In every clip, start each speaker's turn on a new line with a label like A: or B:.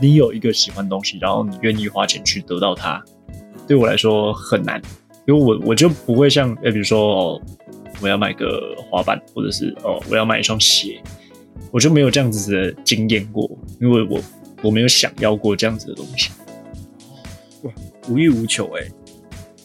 A: 你有一个喜欢的东西，然后你愿意花钱去得到它，对我来说很难，因为我我就不会像，呃，比如说哦，我要买个滑板，或者是哦，我要买一双鞋，我就没有这样子的经验过，因为我我没有想要过这样子的东西。
B: 哇，无欲无求哎、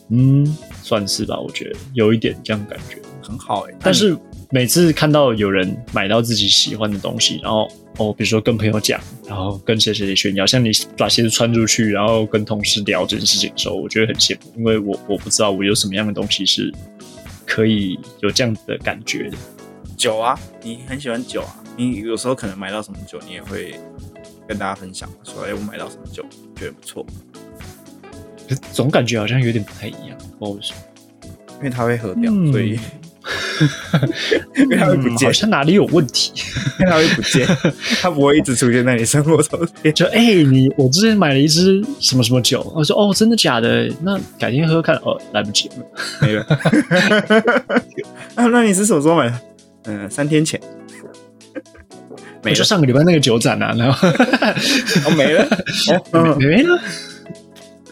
A: 嗯，算是吧，我觉得有一点这样感觉。
B: 很好哎、
A: 但是每次看到有人买到自己喜欢的东西，然后哦，比如说跟朋友讲，然后跟谁谁谁炫耀，像你把鞋子穿出去，然后跟同事聊这件事情的时候，我觉得很羡慕，因为我我不知道我有什么样的东西是可以有这样的感觉的。
B: 酒啊，你很喜欢酒啊，你有时候可能买到什么酒，你也会跟大家分享，说哎、我买到什么酒，觉得不错，
A: 可是总感觉好像有点不太一样，我
B: 因为它会喝掉，
A: 嗯
B: 所以 因为它会不
A: 嗯
B: 见
A: 好，像哪里有问题。
B: 因为它会 不见，它不会一直出现在你生活中间。
A: 就哎、你我之前买了一支什么什么酒，我说哦，真的假的？那改天喝喝看。哦，来不及了。
B: 没了。 啊，那你是什么时候买的？嗯，三 天前。没
A: 我就
B: 了，
A: 上个礼拜那个酒展啊，然后
B: 哦，没了，哦，嗯，
A: 没没了。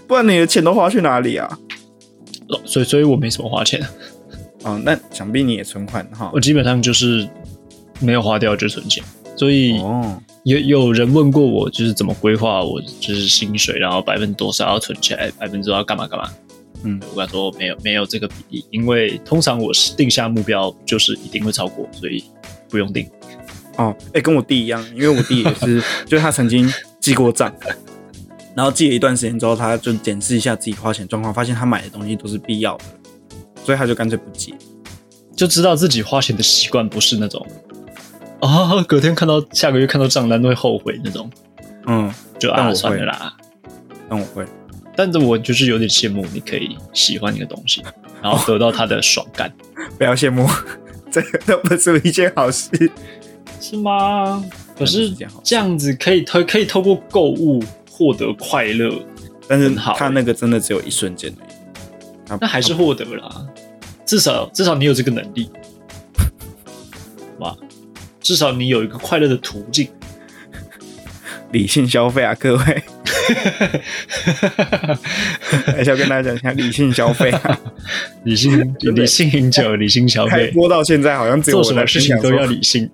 B: 不然你的钱都花去哪里啊？
A: 哦所以所以我没什么花钱，
B: 哦，那想必你也存款哈
A: 我。基本上就是没有花掉就存钱。所以
B: 哦，
A: 有有人问过我，就是怎么规划我就是薪水，然后百分之多少要存起来，百分之多少要干嘛干嘛。
B: 嗯
A: 我跟他说没有没有这个比例，因为通常我是定下目标就是一定会超过，所以不用定。
B: 哦，哎、跟我弟一样，因为我弟也是，就是他曾经记过账，然后记了一段时间之后，他就检视一下自己花钱状况，发现他买的东西都是必要的，所以他就干脆不记。
A: 就知道自己花钱的习惯不是那种啊，隔天看到下个月看到账单都会后悔那种，
B: 嗯，
A: 就
B: 但我
A: 啊
B: 会
A: 算了啦。
B: 但我会，
A: 但是我就是有点羡慕你可以喜欢一个东西，然后得到它的爽感，
B: 不要羡慕，这个都不是一件好事。
A: 是吗？可
B: 真的
A: 是
B: 是这样好
A: 这样子可以透可以透过购物获得快乐，
B: 但是
A: 很好欸
B: 他那个真的只有一瞬间而已。他
A: 那还是获得啦。至少至少你有这个能力，哇！至少你有一个快乐的途径。
B: 他理性消费啊，各位，还是要跟大家讲一下理性消费、啊。
A: 理性
B: 真的
A: 理性饮 酒，理性消
B: 开
A: 费，
B: 播到现在，好像只有
A: 做
B: 我
A: 什
B: 在
A: 么事
B: 分
A: 情
B: 享
A: 都
B: 说，
A: 要理 性，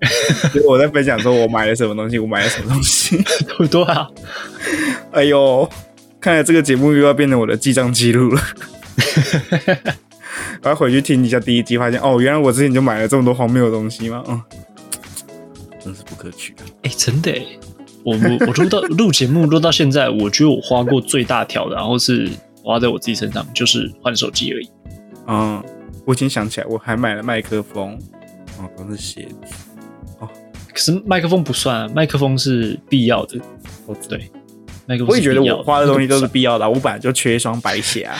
B: 只有我在分享说我买了什么东西，我买了什么东西。
A: 对不 对啊？
B: 哎呦，看来这个节目又要变成我的记账记录 了。我要回去听一下第一集，发现哦，原来我之前就买了这么多荒谬的东西吗？嗯，真是不可取啊！
A: 哎、真的哎、我我我录到录节目录到现在，我觉得我花过最大条的，然后是花在我自己身上，就是换手机而已。
B: 嗯，我已经想起来，我还买了麦克风，哦，都是鞋子，
A: 可是麦克风不算、啊，麦克风是必要的。
B: 我
A: 对，麦克风
B: 哦我也
A: 是
B: 觉
A: 必
B: 得
A: 要的
B: 我花的东西都是
A: 那个
B: 必要的啊、我本来就缺一双白鞋啊。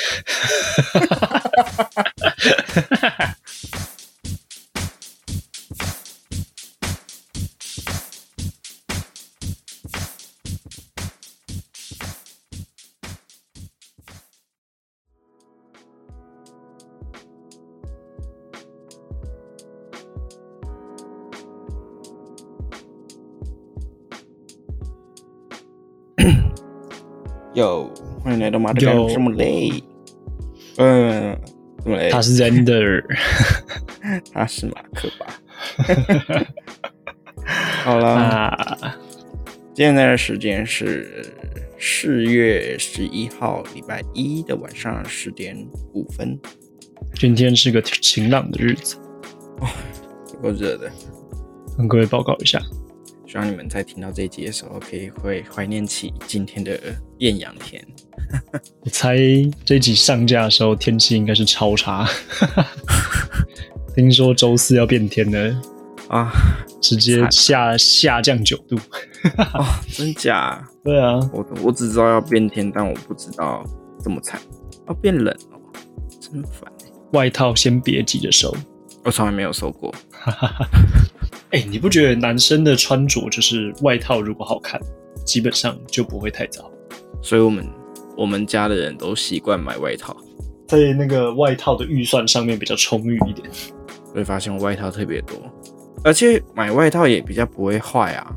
B: 有，欢迎来到马
A: 德干这么
B: 累。嗯，这么累
A: 不算他是 Zender，
B: 他是马克吧？ 好啦，
A: 啊，
B: 现在的时间是四月十一号礼拜一的晚上十点五分，
A: 今天是个晴朗的日子，
B: 有够热的。
A: 跟各位报告一下。
B: 希望你们在听到这一集的时候，可以会怀念起今天的艳阳天。
A: 我猜这一集上架的时候天气应该是超差， 听说周四要变天了，
B: 啊
A: 直接下下降九度。
B: 啊，真假？
A: 对啊，
B: 我我只知道要变天，但我不知道这么惨，要变冷哦，真烦、
A: 外套先别急着收。
B: 我从来没有收过。
A: 哎、你不觉得男生的穿着就是外套如果好看，基本上就不会太糟。
B: 所以我们我们家的人都习惯买外套，
A: 在那个外套的预算上面比较充裕一点。
B: 会发现我外套特别多，而且买外套也比较不会坏啊。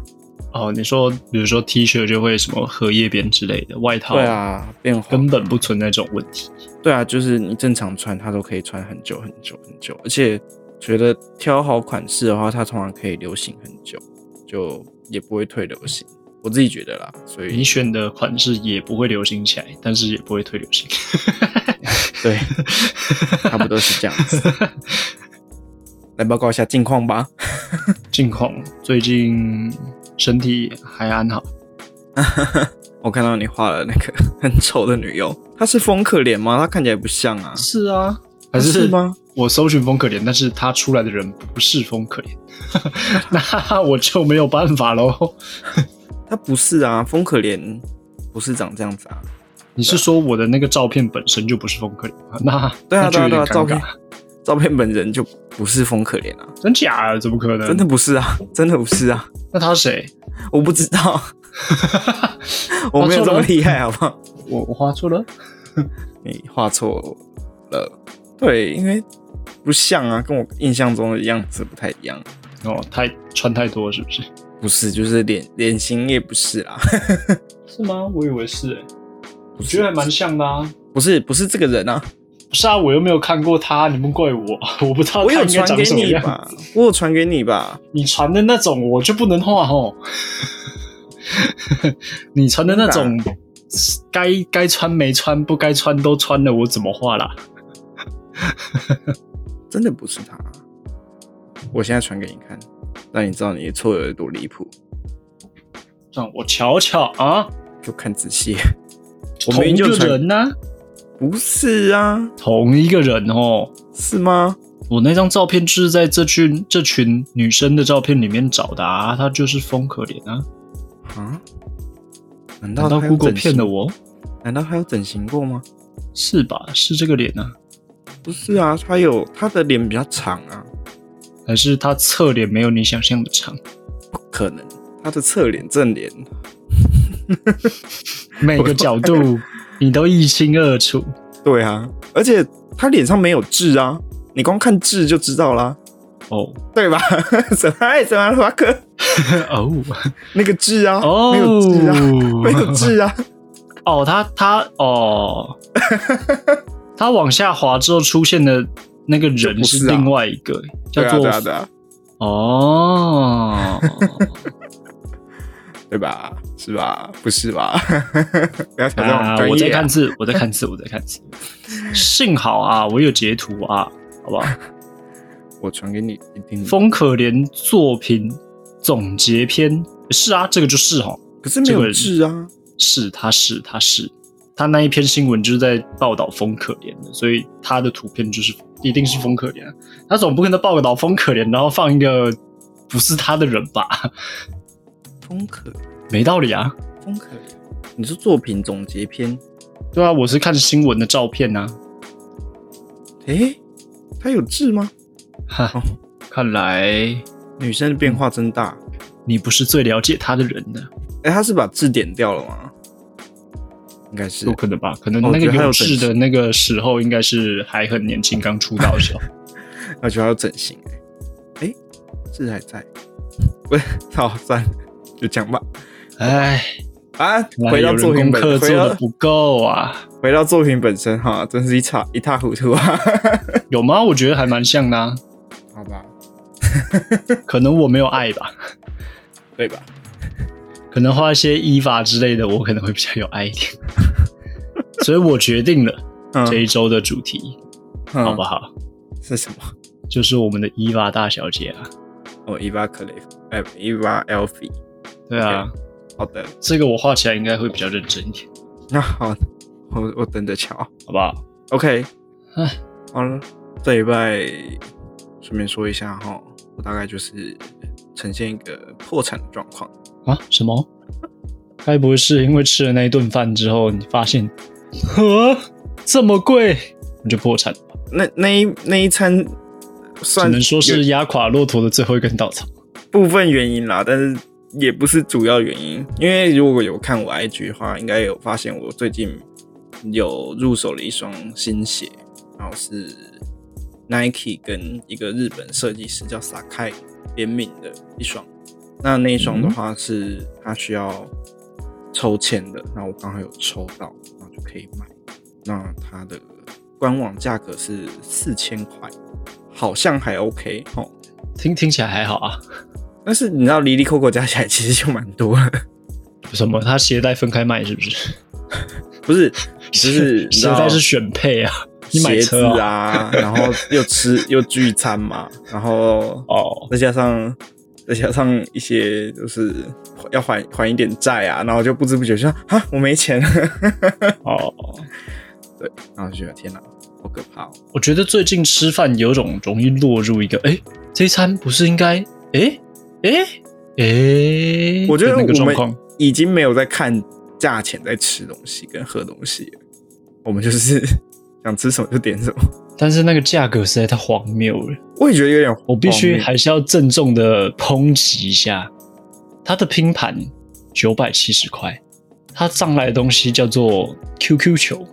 A: 哦，你说比如说 T 恤就会什么荷叶边之类的，外套
B: 对啊，变化
A: 根本不存在这种问题。
B: 对啊，就是你正常穿它都可以穿很久很久很久，而且觉得挑好款式的话，它通常可以流行很久，就也不会退流行。我自己觉得啦，所以
A: 你选的款式也不会流行起来，但是也不会退流行。
B: 对， 差不多是这样子。 来报告一下近况吧。
A: 近况最近身体还安好，
B: 我看到你画了那个很丑的女优，她是风可怜吗？她看起来不像啊，
A: 是啊，还
B: 是吗？
A: 我搜寻风可怜，但是他出来的人不是风可怜， 那我就没有办法喽。
B: 她不是啊，风可怜不是长这样子啊。
A: 你是说我的那个照片本身就不是风可怜吗？那
B: 对
A: 那
B: 啊，
A: 就
B: 对啊，
A: 有
B: 对
A: 点
B: 啊，照
A: 尴
B: 片
A: 尬，
B: 照片本人就不是风可怜啊，
A: 真假？怎么可能？
B: 真的？不是啊，真的不是啊，
A: 那他是谁？
B: 我不知 道，我没有这么厉害，好不好？
A: 我我画错了？
B: 你画错了，对，因为不像啊，跟我印象中的样子不太一样。
A: 哦，太穿太多是不是？
B: 不是，就是脸脸型也不是啦，
A: 是吗？我以为是、欸，
B: 我
A: 我觉得还蛮像的啊。
B: 不是不是这个人啊，
A: 不是啊，我又没有看过他，你们怪我， 我不知道
B: 我
A: 他
B: 有
A: 应该
B: 传
A: 长
B: 给
A: 什么
B: 你
A: 样。
B: 吧，我有传给你吧，
A: 你传的那种我就不能画哦。 你传的那种
B: 啊
A: 该该穿没穿，不该穿都穿了，我怎么画啦？
B: 真的不是他，我现在传给你看，让你知道你的错有多离谱，
A: 让我瞧瞧啊，
B: 就看仔细。 我
A: 同
B: 明明
A: 一
B: 就
A: 个
B: 传
A: 人呢、啊
B: 不是啊，
A: 同一个人哦。
B: 是吗？
A: 我那张照片就是在这群这群女生的照片里面找的啊，她就是风可怜啊。
B: 啊？难道
A: 难道
B: 他有
A: Google
B: 整
A: 骗
B: 形？
A: 了我？
B: 难道他有整形过吗？
A: 是吧？是这个脸啊，
B: 不是啊，他有他的脸比较长啊，
A: 还是她侧脸没有你想象的长？
B: 不可能，他的侧脸正脸
A: 每个角 度你都一清二楚。
B: 对啊，而且他脸上没有痣啊，你光看痣就知道啦，
A: 哦
B: 对吧？ 什么爱什么华克
A: 哦
B: 那个痣啊，
A: 哦，
B: 没有痣 啊，没有痣啊，
A: 哦，他他 哦，他往下滑之后出现的那个
B: 就
A: 人
B: 不是
A: 是
B: 啊
A: 另外一个，
B: 对
A: 叫
B: 啊
A: 做、
B: 对啊对啊，
A: 哦，
B: 对吧？是吧？不是吧？ 不要挑战我
A: 啊
B: 们专业、啊，
A: 我再看次，我再看次，我再看次。幸好啊，我有截图啊，好 不好？
B: 我传给你一定
A: 风可怜作品总结篇是啊，这个就是哦，
B: 可是没有痣啊，
A: 是他是他是他那一篇新闻就是在报道风可怜的，所以他的图片就是一定是风可怜啊。他总不可能报道风可怜，然后放一个不是他的人吧？
B: 风可
A: 没道理啊。
B: 风可，你是作品总结篇，
A: 对啊，我是看新闻的照片啊。
B: 诶，他有痣吗？
A: 哈， 看来
B: 女生的变化真大，
A: 你不是最了解他的人呢，
B: 诶，他是把痣点掉了吗？应该是
A: 有可能吧？可能
B: 哦
A: 那个
B: 我觉得他有
A: 有志
B: 整
A: 的那个时候，应该是还很年轻，刚出道的时候。
B: 而且还有整形、欸，哎、痣还在，不是， 好，算了，就讲吧。
A: 哎，
B: 啊，
A: 看来
B: 回到
A: 有人
B: 作品
A: 功课
B: 本，
A: 做
B: 回
A: 的
B: 到
A: 不够啊？
B: 回到作品本身哈，真是一塌一塌糊 涂啊。
A: 有吗？我觉得还蛮像的、啊，
B: 好吧，
A: 可能我没有爱吧。
B: 对吧？
A: 可能画一些衣法之类的，我可能会比较有爱一 点。所以我决定了
B: 嗯
A: 这一周的主题，好
B: 好
A: 不，好？
B: 嗯是什么？
A: 就是我们的伊娃大小姐啊，
B: 哦，Eva c l i f 哎，Eva Elfi。
A: 对啊
B: 好的，
A: 这个我画起来应该会比较认真一点，
B: 那好，我我等着瞧。
A: 好不好？
B: OK，
A: 唉
B: 好了，这礼拜顺便说一下哈，我大概就是呈现一个破产的状况。
A: 啊？什么？该不会是因为吃了那一顿饭之后，你发现，
B: 啊
A: 呵，这么贵，你就破产了吧？
B: 那那一那一餐
A: 只
B: 算
A: 能说是压垮骆驼的最后一根稻草。
B: 部分原因啦，但是也不是主要原因。因为如果有看我 IG 的话，应该有发现我最近有入手了一双新鞋，然后是 Nike 跟一个日本设计师叫 Sakai 联名的一双。那那一双的话是它需要抽签的，那我刚好有抽到，然后就可以买。那它的官网价格是四千块，好像还 OK 哦。
A: 听听起来还好啊。
B: 但是你知道，离离扣扣加起来其实就蛮多了，
A: 什么？它鞋带分开卖是不是？
B: 不是？就是你知
A: 鞋
B: 道
A: 带是选配啊，你买
B: 鞋子
A: 车啊？
B: 啊， 然后又吃又聚餐嘛，然后
A: 哦，
B: 再加上再加上一些就是要还还一点债啊，然后就不知不觉就说啊我没钱了，
A: 哦，
B: 然后就觉得天哪，好可怕哦！
A: 我觉得最近吃饭有种容易落入一个，哎、这一餐不是应该，哎、哎、哎，
B: 我觉得
A: 的那个
B: 我
A: 状
B: 们
A: 况，
B: 已经没有在看价钱在吃东西跟喝东西了，我们就是 想吃什么就点什么。
A: 但是那个价格实在太荒谬了，
B: 我也觉得有点荒谬，
A: 我必须还是要郑重的抨击一下，它的拼盘九百七十块，它上来的东西叫做 QQ 球、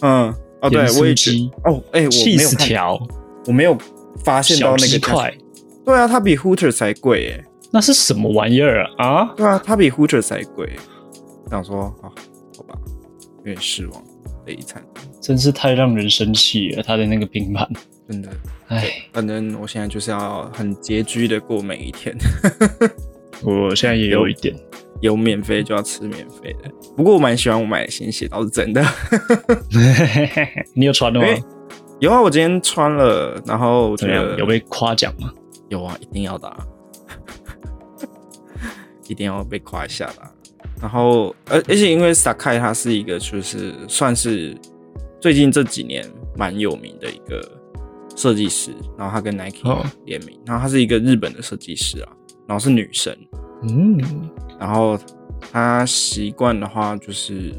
B: 嗯哦对
A: 盐，酥
B: 我也觉
A: 鸡
B: 得哦哎、我
A: 气
B: 没有
A: 死
B: 看，
A: 条、
B: 我没有发现到
A: 小
B: 那个
A: 鸡
B: 价钱
A: 块，
B: 对啊，它比 Hooters 还贵耶。
A: 那是什么玩意儿啊？啊
B: 对啊，它比 Hooters 还贵。想说啊，好吧，有点失望这一餐，
A: 真是太让人生气了，他的那个拼盘，
B: 真的。
A: 唉，
B: 反正我现在就是要很拮据的过每一天，
A: 我现在也有一点，
B: 有免费就要吃免费的。不过我蛮喜欢我买的新鞋，倒是真的。
A: 你有穿的吗？
B: 因为有啊，我今天穿了，然后我觉
A: 怎么
B: 得
A: 样？有被夸奖吗？
B: 有啊，一定要的、啊， 一定要被夸一下的啊、然后，而而且因为 Sakai 它是一个就是算是最近这几年蛮有名的一个设计师，然后他跟 Nike
A: 哦
B: 联名，然后他是一个日本的设计师啊，然后是女生，
A: 嗯，
B: 然后他习惯的话就是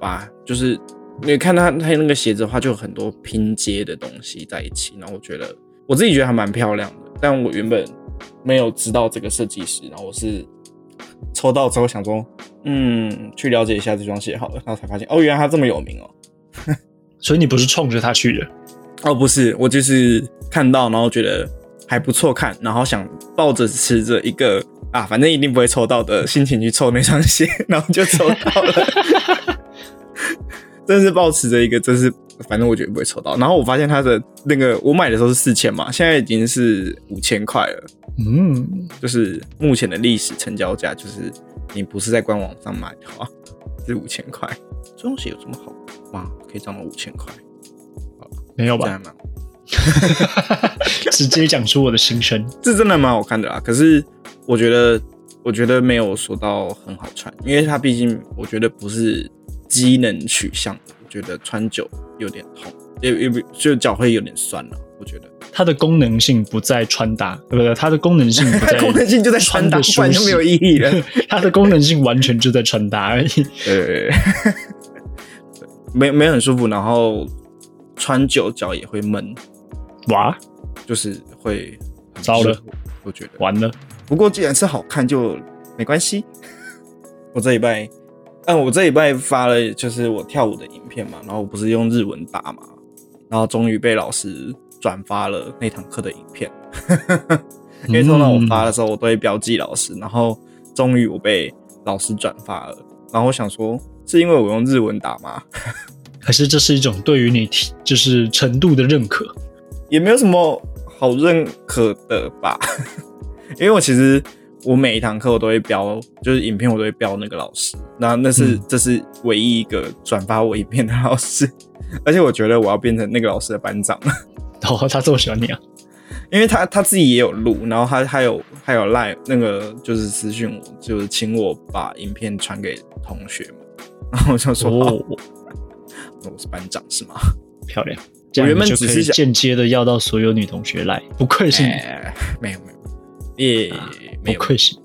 B: 把就是你看他他那个鞋子的话，就有很多拼接的东西在一起，然后我觉得我自己觉得还蛮漂亮的，但我原本没有知道这个设计师，然后我是抽到之后想说，嗯，去了解一下这双鞋好了，然后才发现哦，原来他这么有名哦。
A: 所以你不是冲着他去的，
B: 哦，不是，我就是看到，然后觉得还不错看，然后想抱着持着一个啊，反正一定不会抽到的心情去抽那双鞋， 然后就抽到了。 真是抱持着一个，真是反正我觉得不会抽到。然后我发现它的那个，我买的时候是四千嘛，现在已经是五千块了。
A: 嗯，
B: 就是目前的历史成交价，就是你不是在官网上买的话，是五千块。这双鞋有这么好哇？可以涨到五千块，
A: 没有
B: 这
A: 吧？
B: 样蛮
A: 直接讲出我的心声，
B: 这真的蛮好看的啦。可是我觉得，我觉得没有说到很好穿，因为它毕竟我觉得不是机能取向的，我觉得穿久有点痛，也也不就脚会有点酸了、我觉得
A: 它的功能性不在穿搭，呃不对，它的功能性不在
B: 功 能性就在穿搭，
A: 得
B: 不然
A: 舒适
B: 就没有意义了。
A: 它的功能性完全就在穿搭而已。
B: 呃，没没有很舒服，然后穿久脚也会闷，
A: 哇，
B: 就是会很
A: 糟了
B: 不舒服，我觉得。
A: 完了，
B: 不过既然是好看，就没关系。 我这礼拜，嗯，我这礼拜发了就是我跳舞的影片嘛，然后我不是用日文打嘛，然后终于被老师转发了那堂课的影片。 因为通常我发的时候，我都会标记老师，然后终于我被老师转发了，然后我想说，是因为我用日文打吗？
A: 可是这是一种对于你提就是程度的认可，
B: 也没有什么好认可的吧， 因为我其实我每一堂课我都会标，就是影片我都会标那个老师，那那是、
A: 嗯
B: 这是唯一一个转发我影片的老师， 而且我觉得我要变成那个老师的班长了，
A: 然后他这么喜欢你啊？
B: 因为他他自己也有录，然后他他有还有赖那个就是私讯我，就是请我把影片传给同学们， 然后我就说、哦、
A: 哦，
B: 我是班长是吗？
A: 漂亮。
B: 我原本
A: 这样你就
B: 只
A: 可
B: 是
A: 以
B: 想
A: 间接的要到所有女同学来，不愧是你，
B: 哎没有没有也、
A: 啊不
B: 没有。
A: 愧是你。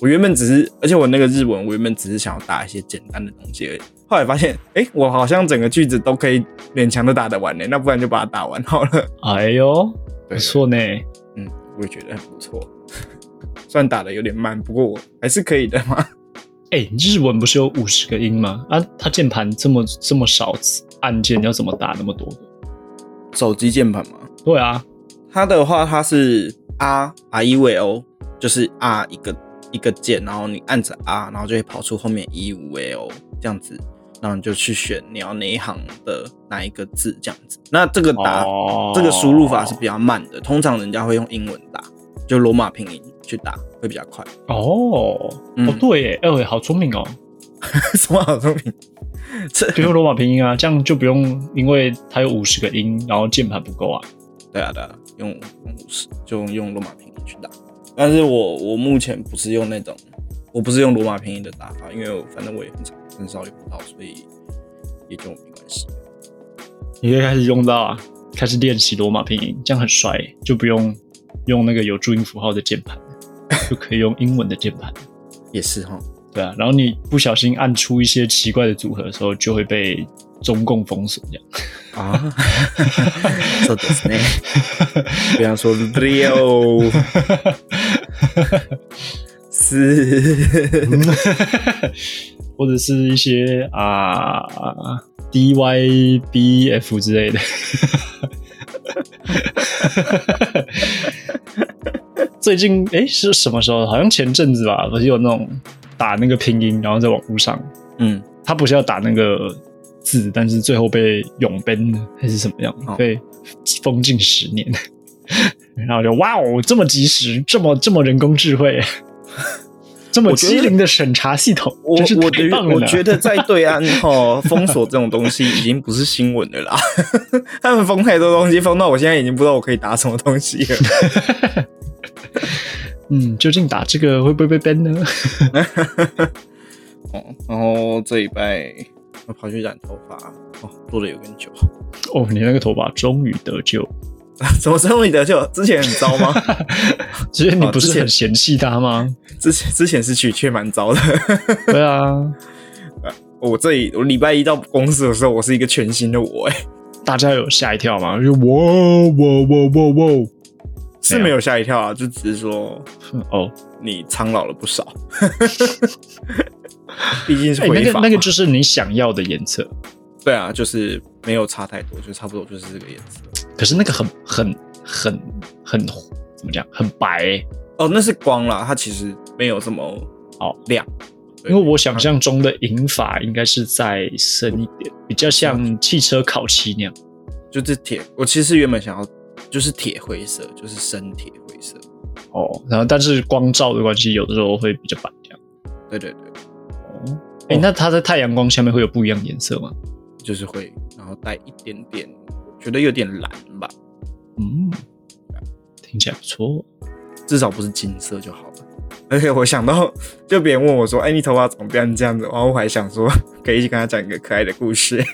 B: 我原本只是，而且我那个日文，我原本只是想要打一些简单的东西而已。后来发现，哎、我好像整个句子都可以勉强的打得完呢， 那不然就把它打完好了。
A: 哎呦，
B: 对
A: 不错呢。
B: 嗯，我也觉得很不错。虽然打的有点慢，不过我还是可以的嘛。
A: 哎，日文不是有五十个音吗？啊，它键盘这么这么少按键，要怎么打那么多个？
B: 手机键盘嘛，
A: 对啊，
B: 啊哦它的话它是 R R E V O，就是 R 一个一个键，然后你按着 R，然后就会跑出后面 E 五 A O 这样子，然后你就去选你要哪一行的哪一个字这样子。那这个打、
A: 哦
B: 这个输入法是比较慢的，通常人家会用英文打，就罗马拼音去打会比较快。
A: 哦、
B: 嗯
A: 哦，对耶，哎、喂，好聪明哦，
B: 什么好聪明？这
A: 就用罗马拼音啊，这 样就不用，因为它有五十个音，然后键盘不够啊。
B: 对啊对啊，用用五十就用罗马拼音去打。但是我我目前不是用那种，我不是用罗马拼音的打法，因为我反正我也很少很少用到，所以也就没关系。
A: 你可以开始用到啊，开始练习罗马拼音，这样很帅耶，就不用用那个有注音符号的键 盘，就可以用英文的键盘。
B: 也是哈，
A: 对啊，然后你不小心按出一些奇怪的组合的时候，就会被中共封锁这样。
B: 啊，そうですね。不要说 real 是，
A: 或者是一些啊 DYBF 之类的。 最近哎、诶是什么时候？好像前阵子吧，不是有那种打那个拼音，然后在网络上，
B: 嗯，
A: 他不是要打那个字，但是最后被永 ban 了还是什么样，
B: 哦
A: 被封禁十年。 然后就哇哦，这么及时，这么这么人工智慧， 这么
B: 我觉得
A: 机灵的审查系统，
B: 我
A: 真是
B: 我
A: 太
B: 觉
A: 棒
B: 得
A: 了
B: 我
A: 呢！
B: 觉得在对岸哈封锁这种东西已经不是新闻了啦， 他们封太多东西，封到我现在已经不知道我可以打什么东西 了。
A: 嗯，究竟打这个会不会被 ban 呢？
B: 哦，然后这礼拜我跑去染头发，哦，做的有点久，
A: 哦，你那个头发终于得救。
B: 怎么终于得救？之前很糟吗？
A: 之前你不
B: 哦之
A: 是
B: 前
A: 很嫌弃他 吗？
B: 之前之前是的确蛮糟的。
A: 对啊，
B: 我这里我礼拜一到公司的时候，我是一个全新的我、哎，
A: 大家有吓一跳吗？就哇哇哇哇
B: 是没有吓一跳啊，就只是说
A: 哇！哦，
B: 你苍老了不少， 毕竟是
A: 哎、
B: 回
A: 那个
B: 法嘛、
A: 那个就是你想要的颜色，
B: 对啊，就是没有差太多，就差不多就是这个颜色。
A: 可是那个很很很很怎么讲？很白、欸，
B: 哦，那是光啦，它其实没有这么
A: 好
B: 亮，对
A: 因为我想象中的银发应该是再深一点，比较像汽车烤漆那样。
B: 就是铁。我其实原本想要就是铁灰色，就是深铁灰色。
A: 哦，然后但是光照的关系，有的时候会比较白这样。
B: 对对对，
A: 哦，哎、那它在太阳光下面会有不一样的颜色吗？
B: 就是会，然后带一点点，觉得有点蓝吧，
A: 嗯，听起来不错。
B: 至少不是金色就好了。而且我想到，就别人问我说：“哎、你头发怎么变成这样子？”然后我还想说， 可以一起跟他讲一个可爱的故事。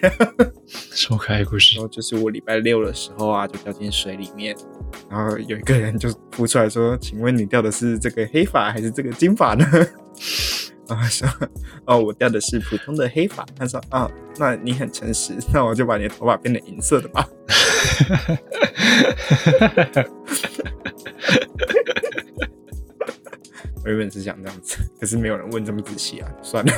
A: 什么可爱的故事
B: 然？后就是我礼拜六的时候啊，就掉进水里面，然后有一个人就扑出来说：“请问你掉的是这个黑发还是这个金发呢？” 然后他说：“哦，我掉的是普通的黑发。”他说：“啊，那你很诚实，那我就把你的头发变成银色的吧。”我原本是想这样子，可是没有人问这么仔细啊，算了。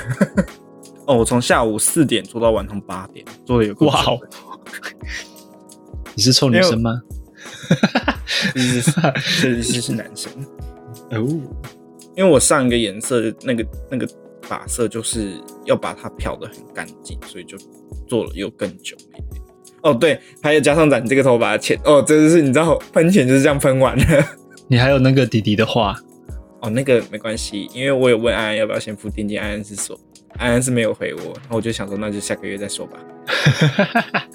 B: 哦，我从下午四点做到晚上八点，做的有够
A: 哇
B: 久
A: 哦，你是臭女生吗？
B: 是是是是男生，
A: 哦，
B: 因为我上一个颜色那个那个发色就是要把它漂得很干净，所以就做了又更久一点。哦，对，还有加上染这个头发的钱，哦，真的是你知道喷钱就是这样喷完了。
A: 你还有那个弟弟的话，
B: 哦，那个没关系，因为我有问安安要不要先付定金，安安是说安安是没有回我，然后我就想说那就下个月再说吧。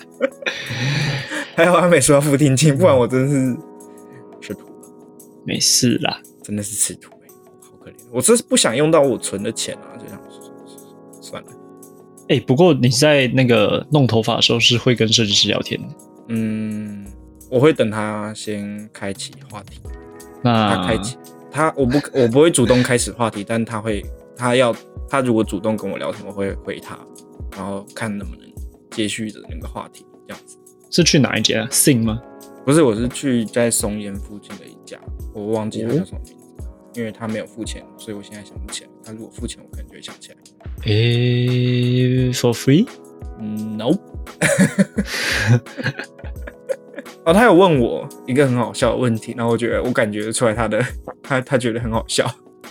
B: 还好他没说要付定金，不然我真是吃土。
A: 没事啦。
B: 真的是吃土哎、好可怜。我这是不想用到我存的钱啊，就想算了。
A: 哎、不过你在那个弄头发的时候是会跟设计师聊天的，
B: 嗯，我会等他先开启话题，他
A: 那
B: 开启、他，我不我不会主动开始话题，但他会，他要他如果主动跟我聊天，我会回他，然后看能不能接续着那个话题这样子。
A: 是去哪一间啊？Sing 吗？
B: 不是，我是去在松烟附近的一家，我忘记他叫什么名字，因为他没有付钱，所以我现在想不起来。他如果付钱，我可能就会想起来。
A: 哎、f o r free？
B: 嗯 No 哦，他有 问我一个很好笑的问题，然后我觉得我感觉出来他的他他觉得很好笑，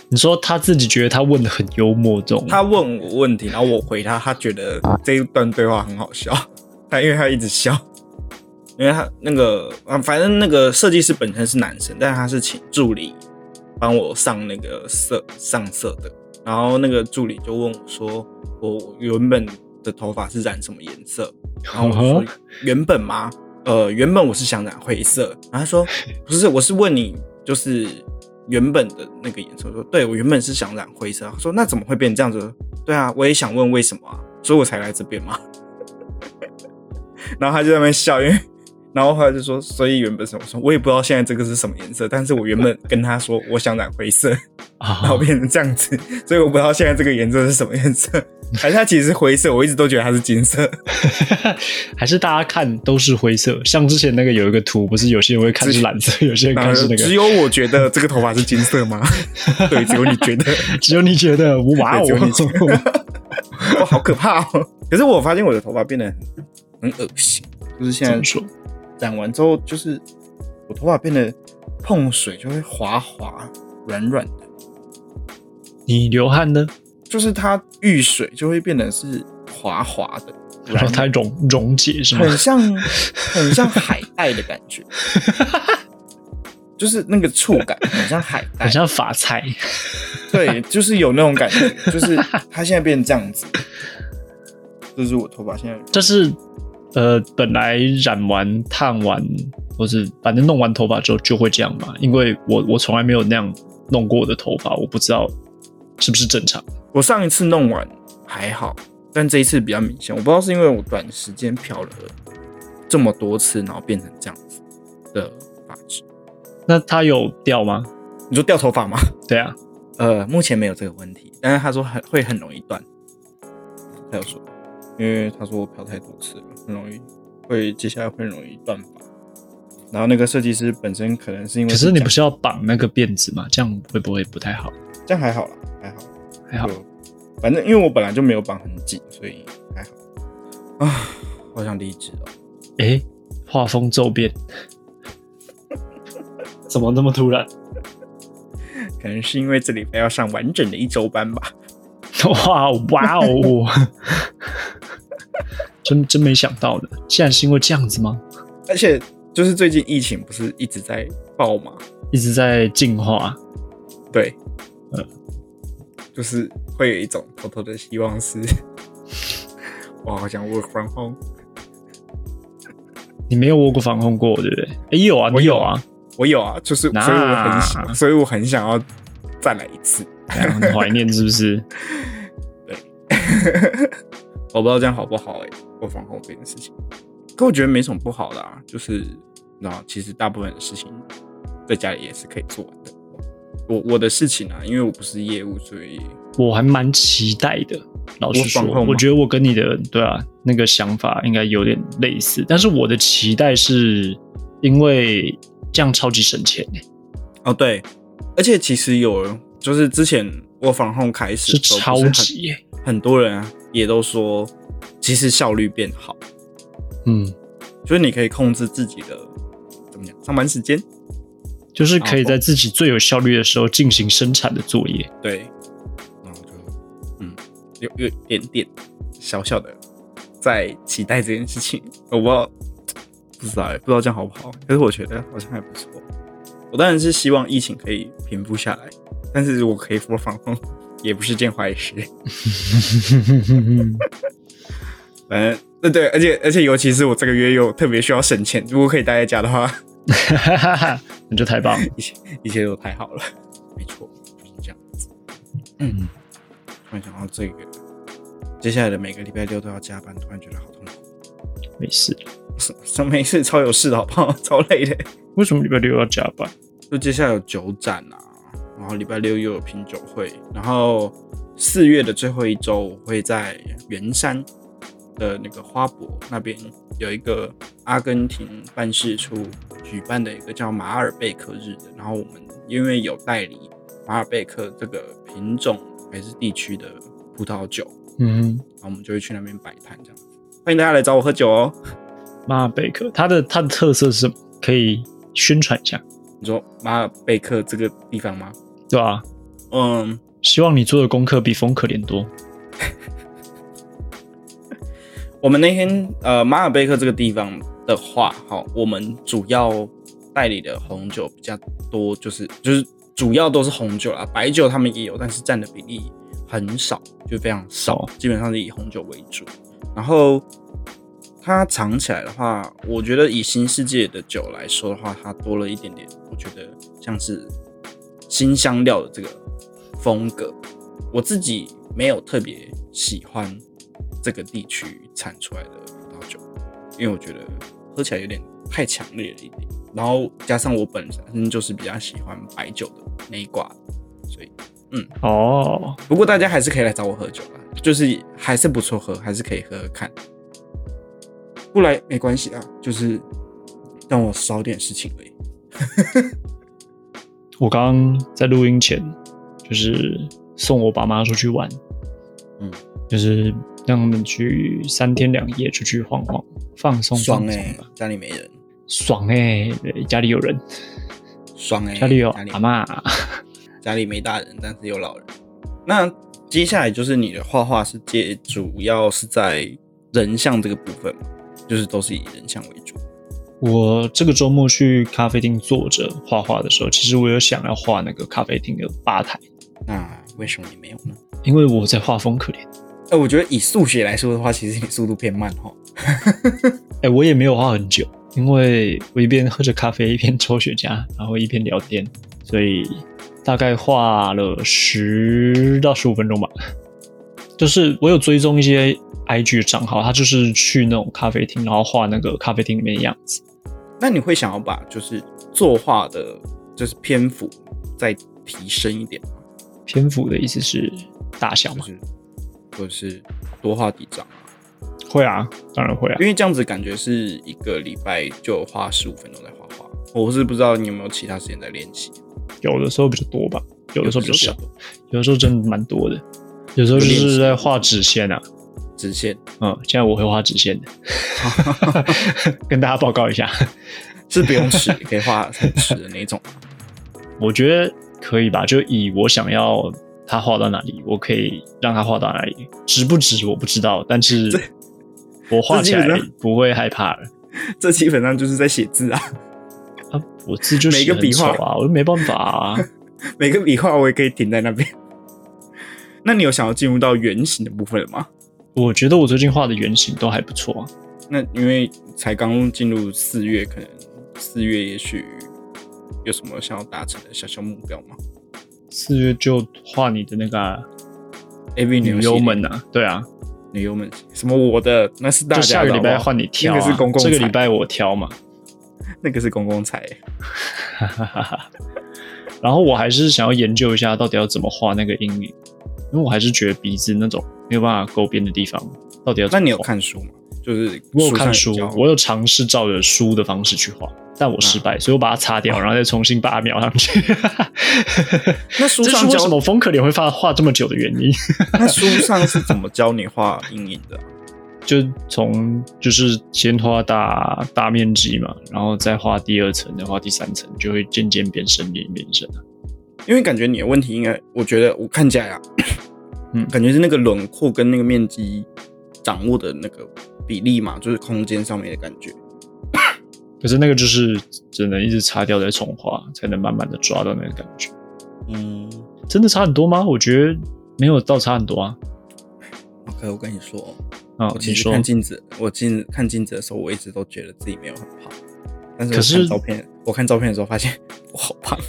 A: 你说他自己觉得他问的很幽默，这种
B: 他问我问题，然后我回他，他觉得这一段对话很好笑， 他因为他一直笑，因为他那个啊，反正那个设计师本身是男生，但是他是请助理帮我上那个色上色的，然后那个助理就问我说，我原本的头发是染什么颜色？然后我说
A: 嗯
B: 原本吗？呃，原本我是想染灰色，然 后他说不是，我是问你就是原本的那个颜色。我说对，我原本是想染灰色。他说那怎么会变成这样子？对啊，我也想问为什么啊，所以我才来这边嘛。 然后他就在那边笑，因为 然后后来就说，所以原本是我说我也不知道现在这个是什么颜色，但是我原本跟他说我想染灰色，然后
A: 啊，
B: 变成这样子，所以我不知道现在这个颜色是什么颜色，还是它其实是灰色，我一直都觉得它是金色。
A: 还是大家看都是灰色，像之前那个有一个图，不是有些人会看是蓝色，有些人
B: 然后
A: 看是那
B: 呃只
A: 个，
B: 有我觉得这个头发是金色 吗？对，只有你觉 得，
A: 只有你觉得哇哦
B: 对只有你觉，哇，好可怕哦！可是我发现我的头发变得很很恶心，就是现
A: 怎么
B: 在
A: 说？
B: 染完之后，就是我头发变得碰水就会滑滑、软软的，
A: 你流汗呢？
B: 就是它遇水就会变得是滑滑的，
A: 然后它溶溶解是吗？
B: 很像很像海带的感觉，就是那个触感很像海带
A: 很，像法菜，
B: 对，就是有那种感觉，就是它现在变成这样子，就是我头发现在
A: 但是呃，本来染完、烫完，或是反正弄完头发之后就会这样嘛。因为我我从来没有那样弄过我的头发，我不知道是不是正常。
B: 我上一次弄完还好，但这一次比较明显。我不知道是因为我短时间漂了这么多次，然后变成这样子的发质。
A: 那它有掉吗？
B: 你说掉头发吗？
A: 对啊，
B: 呃，目前没有这个问题，但是他说很会很容易断。他有说，因为他说我漂太多次了，很容易会接下来会容易断发。然后那个设计师本身可能是因为
A: 可是你
B: 这
A: 不
B: 样
A: 是要绑那个辫子吗？这样会不会不太好？
B: 这样还好啦，还好。
A: 还好
B: 就，反正因为我本来就没有绑很紧，所以还好。啊，好想离职哦！
A: 诶，画风骤变，怎么那么突然？
B: 可能是因为这礼拜要上完整的一周班吧。
A: 哇哇哦！ 真真没想到的，竟然是因为这样子吗？
B: 而且就是最近疫情不是一直在爆吗？
A: 一直在进化，
B: 对，
A: 嗯
B: 就是会有一种偷偷的希望是， 我好想 work from home。
A: 你没有握过防控过，对不对？哎、有啊，
B: 我
A: 你
B: 有
A: 有啊，
B: 我有啊，就是所以
A: 那
B: 我很想，所以我很想要再来一次。
A: 哎呀很怀念是不 是？
B: 我不知道这样好不好哎、欸，我防控这件事情，可我觉得没什么不好的啊，就是你知道，其实大部分的事情在家里也是可以做完的。我我的事情啊，因为我不是业务，所以
A: 我还蛮期待的。老实说
B: 我防控，吗
A: 我觉得我跟你的对啊那个想法应该有点类似，但是我的期待是因为这样超级省钱、欸，
B: 哦对，而且其实有人就是之前我防控开始
A: 是
B: 的时候
A: 超
B: 不是很
A: 级、欸，
B: 很多人啊也都说，其实效率变好，
A: 嗯，
B: 就是你可以控制自己的怎么讲上班时间，
A: 就是可以在自己最有效率的时候进行生产的作业。
B: 对，然后就嗯，有有一点点小小的在期待这件事情，我不知道不知道欸不知道这样好不好，可是我觉得好像还不错。我当然是希望疫情可以平复下来，但是如果可以复防控，也不是件坏事。 反正对对，而且而且尤其是我这个月又特别需要省钱，如果可以待在家的话，
A: 哈哈哈，那就太棒了。
B: 一切一切都太好了。没错，就是这样子。
A: 嗯，
B: 突然想到这个，接下来的每个礼拜六都要加班，突然觉得好痛苦。
A: 没事。
B: 什什 没事，超有事的好不好？超累的。
A: 为什么礼拜六要加班？
B: 就接下来有酒展啊，然后礼拜六又有品酒会，然后四月的最后一周我会在圆山的那个花博那边有一个阿根廷办事处举办的一个叫马尔贝克日的，然后我们因为有代理马尔贝克这个品种还是地区的葡萄酒，
A: 嗯，
B: 然后我们就会去那边摆摊这样子，欢迎大家来找我喝酒哦。
A: 马尔贝克，它的它的特色是什么？可以宣传一下，
B: 你说马尔贝克这个地方吗？
A: 对吧、
B: 哦，嗯，
A: 希望你做的功课比风可怜多。
B: 我们那天呃马尔贝克这个地方的话，好，我们主要代理的红酒比较多，就是就是主要都是红酒啦，白酒他们也有，但是占的比例很少，就非常少
A: 哦，
B: 基本上是以红酒为主。然后它尝起来的话，我觉得以新世界的酒来说的话，它多了一点点，我觉得像是新香料的这个风格，我自己没有特别喜欢这个地区产出来的葡萄酒，因为我觉得喝起来有点太强烈了一点。然后加上我本身就是比较喜欢白酒的那一挂，所以
A: 哦，
B: 不过大家还是可以来找我喝酒啦，就是还是不错喝，还是可以喝喝看。不来没关系啊，就是让我少点事情而已。
A: 我刚刚在录音前，就是送我爸妈出去玩，
B: 嗯，
A: 就是让他们去三天两夜出去晃晃，放松
B: 爽
A: 放
B: 哎、
A: 松吧，
B: 家里没人，
A: 爽哎、对家里有人，
B: 爽哎、
A: 家里有
B: 家里
A: 阿妈，
B: 家里没大人，但是有老人。那接下来就是你的画画世界，主要是在人像这个部分嘛，就是都是以人像为主。
A: 我这个周末去咖啡厅坐着画画的时候，其实我有想要画那个咖啡厅的吧台，
B: 那为什么你没有呢？
A: 因为我在画风可怜。
B: 哎、我觉得以速写来说的话，其实你速度偏慢哦哈。
A: 哎、我也没有画很久，因为我一边喝着咖啡，一边抽雪茄，然后一边聊天，所以大概画了十到十五分钟吧。就是我有追踪一些 IG 的账号，他就是去那种咖啡厅，然后画那个咖啡厅里面的样子。
B: 那你会想要把就是作画的，就是篇幅再提升一点吗？
A: 篇幅的意思是大小
B: 就
A: 嘛？
B: 是或者是多画几张，
A: 会啊，当然会啊
B: 因。为这样子感觉是一个礼拜就花十五分钟在画画。我是不知道你有没有其他时间在练习，
A: 有的时候比较多吧，有的时候比较少，
B: 多
A: 有的时候真的蛮多的。有时候就
B: 有练习
A: 是在画直线啊，
B: 直线
A: 嗯，现在我会画直线的，哦 跟大家报告一下。
B: 是不用尺，可以画很直 的那种。
A: 我觉得可以吧，就以我想要他画到哪里，我可以让他画到哪里，值不值我不知道，但 是我画起来
B: 这基本上
A: 不会害怕了。
B: 这基本上就是在写字啊，
A: 啊，我字就
B: 每
A: 写
B: 个
A: 得很
B: 笔
A: 丑
B: 画
A: 啊，我就没办法 啊。
B: 每个笔画我也可以停在那边。那你有想要进入到圆形的部分了吗？
A: 我觉得我最近画的原型都还不错啊。
B: 那因为才刚进入四月，可能四月也许有什么想要达成的小小目标吗
A: 四月就画你的那个啊
B: ？AV
A: 女
B: 女
A: 优
B: 优
A: 们，啊，对啊，
B: 女优们什么我的那是大
A: 就
B: 家
A: 下个礼拜
B: 的好不好
A: 换你挑、啊，
B: 那个是公共
A: 这个
B: 财
A: 礼拜我挑嘛。
B: 那个是公共财，
A: 然后我还是想要研究一下到底要怎么画那个阴影，因为我还是觉得鼻子那种没有办法勾边的地方，到底要
B: 那
A: 怎么画
B: 你有看书吗？就是
A: 我有看书
B: 上有，教
A: 我有尝试照着书的方式去画，但我失败，
B: 啊
A: 所以我把它擦掉，然后再重新把它描上 去。
B: 那书
A: 这是
B: 上
A: 为
B: 教
A: 什么风可脸会画画这么久的原因，
B: 那书上是怎么教你画阴影的？
A: 就从就是先画大大面积嘛，然后再画第二层，再画第三层，就会渐渐变深，变变深。啊
B: 因为感觉你的问题应该，我觉得我看起来啊，
A: 嗯
B: 感觉是那个轮廓跟那个面积掌握的那个比例嘛，就是空间上面的感觉。
A: 可是那个就是只能一直擦掉再重画，才能慢慢的抓到那个感觉。
B: 嗯
A: 真的差很多吗？我觉得没有到差很多啊。
B: ，OK，我跟你说哦，
A: 啊、
B: 我
A: 你
B: 其实
A: 说
B: 看镜子，我镜看镜子的时候，我一直都觉得自己没有很胖，但是我
A: 可是
B: 看照片，我看照片的时候发现我好胖。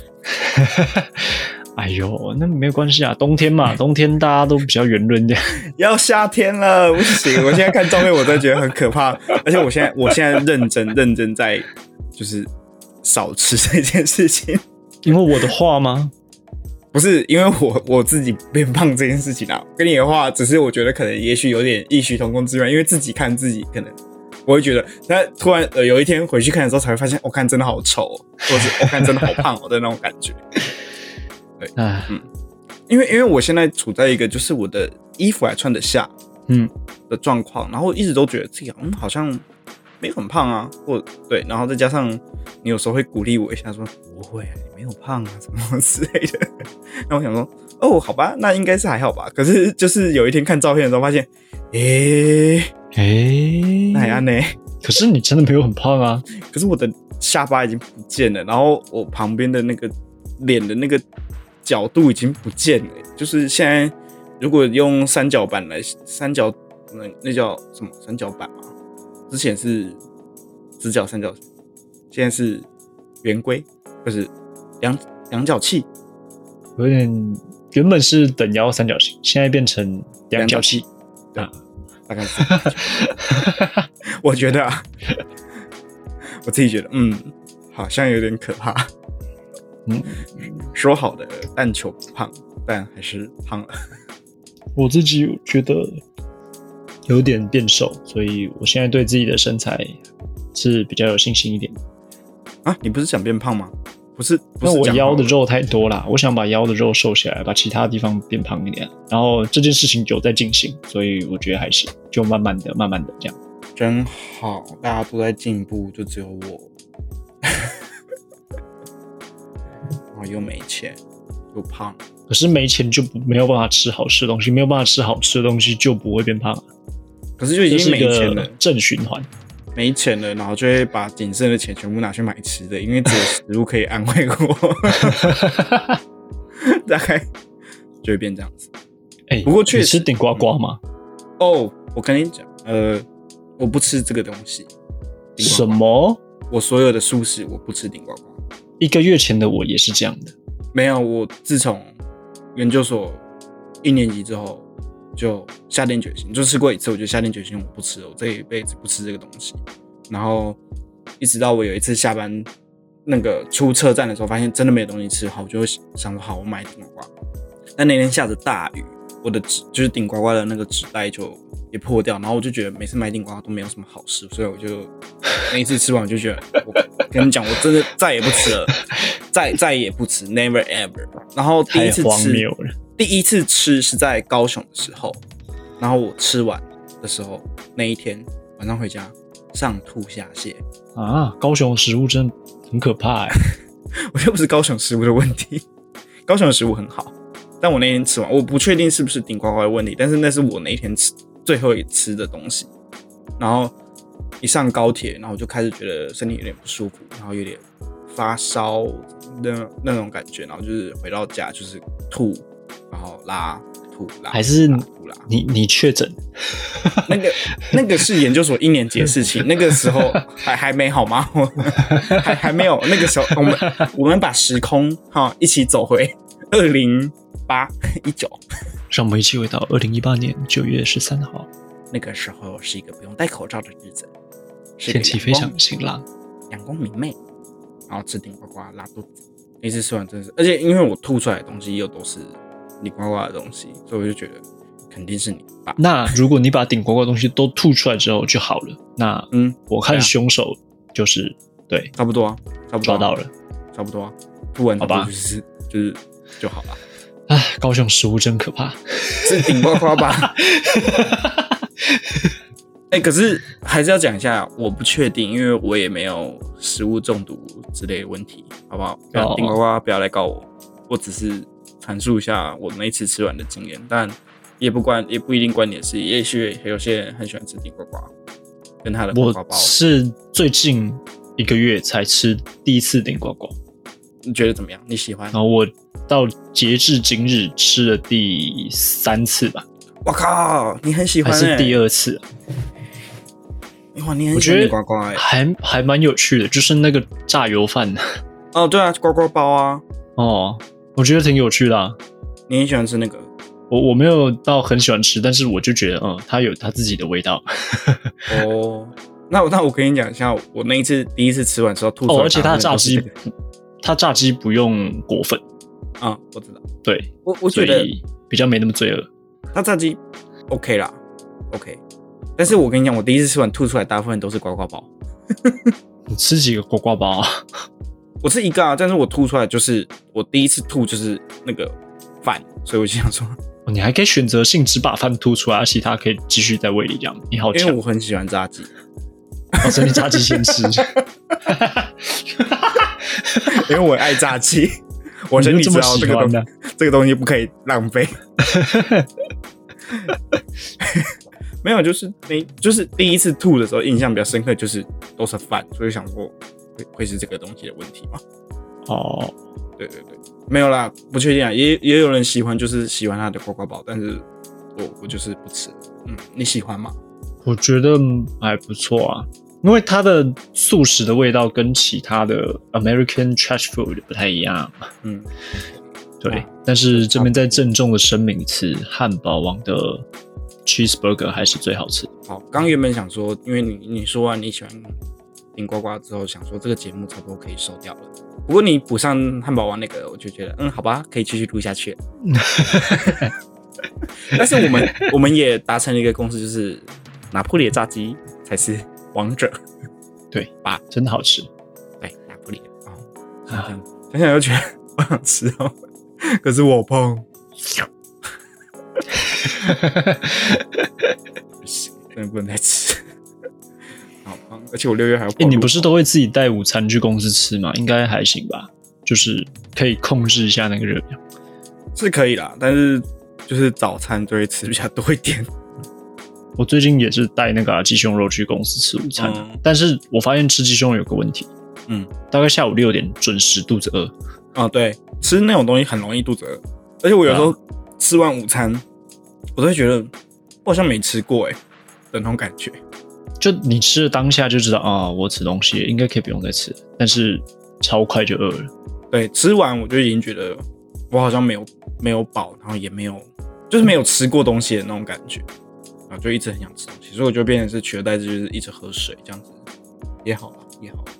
A: 哎呦，那没有关系啊，冬天 嘛，冬天大家都比较圆润一点。
B: 要夏天了，不行！我现在看照片，我真的觉得很可怕。而且我现在，我现在认真认真在就是少吃这件事情，
A: 因为我的画吗？
B: 不是因为我我自己变胖这件事情啊。跟你的话，只是我觉得可能也许有点异曲同工之妙，因为自己看自己，可能我会觉得，但突然呃有一天回去看的时候，才会发现，我、看真的好丑、哦，或是我、看真的好胖、哦、的那种感觉。
A: 哎，
B: 因为因为我现在处在一个就是我的衣服还穿得下，
A: 嗯，
B: 的状况，然后一直都觉得自己嗯好像没有很胖啊，或对，然后再加上你有时候会鼓励我一下说不会啊，你没有胖啊，什么之类的。 那我想说，哦，好吧，那应该是还好吧。可是就是有一天看照片的时候发现，诶、
A: 诶，
B: 那还安呢？
A: 哎可是你真的没有很胖啊，
B: 可是我的下巴已经不见了，然后我旁边的那个脸的那个角度已经不见了，就是现在如果用三角板来三角那那叫什么三角板嘛？之前是直角三角，现在是圆规，就是两两角器，
A: 有点原本是等腰三角形，现在变成两角器。
B: 大概是这样。我觉得啊，我自己觉得，嗯，好像有点可怕。
A: 嗯，
B: 说好的但求不胖，但还是胖了。
A: 我自己觉得有点变瘦，所以我现在对自己的身材是比较有信心一点。
B: 啊，你不是想变胖吗？不是，不
A: 那
B: 是
A: 我
B: 讲好
A: 腰的
B: 了
A: 肉太多啦，我想把腰的肉瘦下来，把其他地方变胖一点。然后这件事情有在进行，所以我觉得还行，就慢慢的、慢慢的这样。
B: 真好，大家都在进步，就只有我， 然后哦又没钱，又胖。
A: 可是没钱就不没有办法吃好吃的东西，没有办法吃好吃的东西就不会变胖啊，
B: 可是就已
A: 这
B: 经
A: 是
B: 没
A: 一
B: 钱
A: 个
B: 了，
A: 正循环。
B: 没钱了，然后就会把仅剩的钱全部拿去买吃的，因为只有食物可以安 慰我。大概就会变这样子。
A: 哎、
B: 不过确
A: 你
B: 实
A: 吃顶呱呱吗？
B: 哦，我跟你讲，呃，我不吃这个东西。顶呱
A: 什
B: 呱？
A: 么？
B: 我所有的素食我不吃顶呱呱。
A: 一个月前的我也是这样的，
B: 没有，我自从研究所一年级之后就下定决心，就吃过一次，我就下定决心我不吃了，我这一辈子不吃这个东西。然后一直到我有一次下班那个出车站的时候，发现真的没有东西吃，好，我就想说好，我买顶呱呱。但那天下着大雨，我的纸就是顶呱呱的那个纸袋就也破掉，然后我就觉得每次买顶呱呱都没有什么好事，所以我就哎那一次吃完我就觉得，我跟你讲，我真的再也不吃了，再再也不吃，never ever。然后第一
A: 太
B: 次
A: 荒
B: 吃
A: 谬了。
B: 第一次吃是在高雄的时候，然后我吃完的时候，那一天晚上回家上吐下泻，
A: 啊，高雄的食物真的很可怕哎、
B: 我觉得不是高雄食物的问题，高雄的食物很好，但我那天吃完，我不确定是不是顶呱呱的问题，但是那是我那一天吃最后一吃的东西。然后一上高铁，然后我就开始觉得身体有点不舒服，然后有点发烧那那种感觉，然后就是回到家就是吐，然后拉吐拉，
A: 还是
B: 拉吐拉。
A: 你你确诊，
B: 那个那个是研究所一年级的事情，那个时候还还没好吗？ 我还还没有，那个时候我们我们把时空哈一起走回二零八一九，
A: 让我们一起回到二零一八年九月十三号，
B: 那个时候是一个不用戴口罩的日子，是一个
A: 天气
B: 阳
A: 非
B: 光
A: 常晴朗。
B: 阳光明媚，然后吃顶呱呱拉肚子，那次吃完真的是，而且因为我吐出来的东西又都是顶呱呱的东西，所以我就觉得肯定是你爸，
A: 那如果你把顶呱呱的东西都吐出来之后就好了，那
B: 嗯，
A: 我
B: 对
A: 看
B: 啊
A: 凶手就是对
B: 差不多啊，差不多
A: 抓
B: 啊
A: 到了。
B: 差不多啊，吐完
A: 好吧
B: 就是就是就好了。
A: 唉，高雄食物真可怕。
B: 是顶呱呱吧？ 哎、可是还是要讲一下，我不确定，因为我也没有食物中毒之类的问题，好不好？不要
A: 哦
B: 顶呱呱不要来告我，我只是阐述一下我那一次吃完的经验，但也不关，也不一定关你的事，也许有些人很喜欢吃顶呱呱， 跟他的呱
A: 我
B: 呱包，
A: 是最近一个月才吃第一次顶呱呱，
B: 你觉得怎么样？你喜欢
A: 然？后我到截至今日吃了第三次吧，
B: 我靠，你很喜
A: 还
B: 欢、
A: 是
B: 欸？
A: 第二次啊、
B: 哇，你很
A: 我
B: 喜欢
A: 觉
B: 顶
A: 得
B: 呱呱哎、
A: 还还蛮有趣的，就是那个炸油饭
B: 哦，对啊，呱呱包啊，
A: 哦，我觉得挺有趣的、啊。
B: 你很喜欢吃那个。
A: 我我没有到很喜欢吃，但是我就觉得，嗯，它有它自己的味道。
B: 哦，那我那我跟你讲一下，我那一次第一次吃完之后吐出来、
A: 哦，而且它的
B: 炸
A: 炸鸡
B: 啊、
A: 不，它炸鸡不用裹粉，
B: 嗯，我知道，
A: 对，
B: 我我
A: 所
B: 觉得
A: 以比较没那么罪恶。
B: 它炸鸡 OK 啦，OK。但是我跟你讲，我第一次吃完吐出来，大部分都是呱呱包。
A: 你吃几个呱呱包啊？
B: 我吃一个啊，但是我吐出来就是我第一次吐就是那个饭，所以我就想说，
A: 哦你还可以选择性只把饭吐出来，其他可以继续在胃里这样。你好
B: 因为
A: 强
B: 我很喜欢炸鸡，
A: 哦，所以你炸鸡先 吃，
B: 因为我爱 炸鸡，我
A: 你
B: 身
A: 就
B: 体
A: 这
B: 知
A: 么
B: 道
A: 喜
B: 这个
A: 欢
B: 东
A: 的、
B: 这个东西不可以 浪费。没有，就是那就是第一次吐的时候，印象比较深刻，就是都是饭，所以想说会会是这个东西的问题嘛？
A: 哦，
B: 对对对，没有啦，不确定啊，也也有人喜欢，就是喜欢它的呱呱宝，但是我我就是不吃。嗯，你喜欢吗？
A: 我觉得嗯还不错啊，因为它的素食的味道跟其他的 American trash food 不太一样。啊
B: 嗯，
A: 对
B: 啊，
A: 但是这边再郑重的声明一次，汉堡王的 cheeseburger 还是最好吃的。
B: 好，刚原本想说，因为你你说完你喜欢顶呱呱之后，想说这个节目差不多可以收掉了。不过你补上汉堡王那个，我就觉得，嗯，好吧，可以继续录下去了。但是我们我们也达成了一个共识，就是拿破里的炸鸡才是王者。
A: 对
B: 吧？
A: 真的好吃
B: 哦对，拿破里哦，想
A: 啊！
B: 想想想又觉得我想吃哦，可是 我碰不行，真的不能再吃。好胖，而且我六月还要、
A: 哎、你不是都会自己带午餐去公司吃吗？应该还行吧，就是可以控制一下那个热量。
B: 是可以啦，但是就是早餐就会吃比较多一点。
A: 我最近也是带那个、啊、鸡胸肉去公司吃午餐，
B: 嗯
A: 但是我发现吃鸡胸肉有个问题，
B: 嗯，
A: 大概下午六点准时肚子饿，
B: 啊，对，吃那种东西很容易肚子饿，而且我有时候
A: 啊
B: 吃完午餐，我都会觉得我好像没吃过哎、的那种感觉。
A: 就你吃的当下就知道啊，我吃东西应该可以不用再吃，但是超快就饿了。
B: 对，吃完我就已经觉得我好像没有没有饱，然后也没有就是没有吃过东西的那种感觉，然后就一直很想吃东西，所以我就变成是取而代之就是一直喝水这样子，也好吧，也好，啊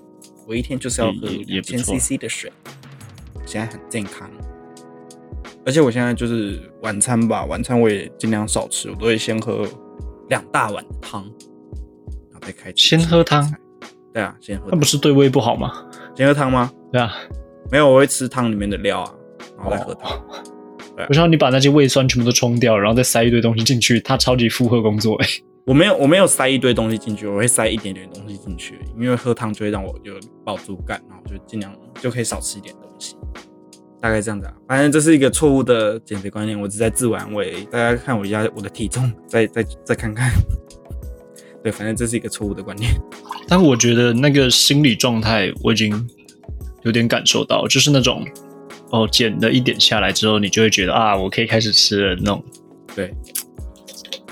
B: 我一天就是要喝
A: 也也也
B: 两
A: 不
B: 千
A: 错啊
B: CC 的水，现在很健康。而且我现在就是晚餐吧，晚餐我也尽量少吃，我都会先喝两大碗的汤，然后再开始
A: 先
B: 吃
A: 喝
B: 菜
A: 汤。
B: 对啊，先喝
A: 那不是对胃不好吗？
B: 先喝汤吗？
A: 对啊，
B: 没有，我会吃汤里面的料啊，然后再喝汤。
A: 哦我想你把那些胃酸全部都冲掉，然后再塞一堆东西进去，它超级负荷工作、欸。
B: 我没有，我没有塞一堆东西进去，我会塞一点点东西进去，因为喝汤就会让我有饱足感，然后就尽量就可以少吃一点东西，大概这样子啊。反正这是一个错误的减肥观念，我只是在自我安慰。大家看我一下我的体重，再再再看看。 对，反正这是一个错误的观念。
A: 但我觉得那个心理状态，我已经有点感受到，就是那种哦，减了一点下来之后，你就会觉得啊，我可以开始吃了那种
B: 对，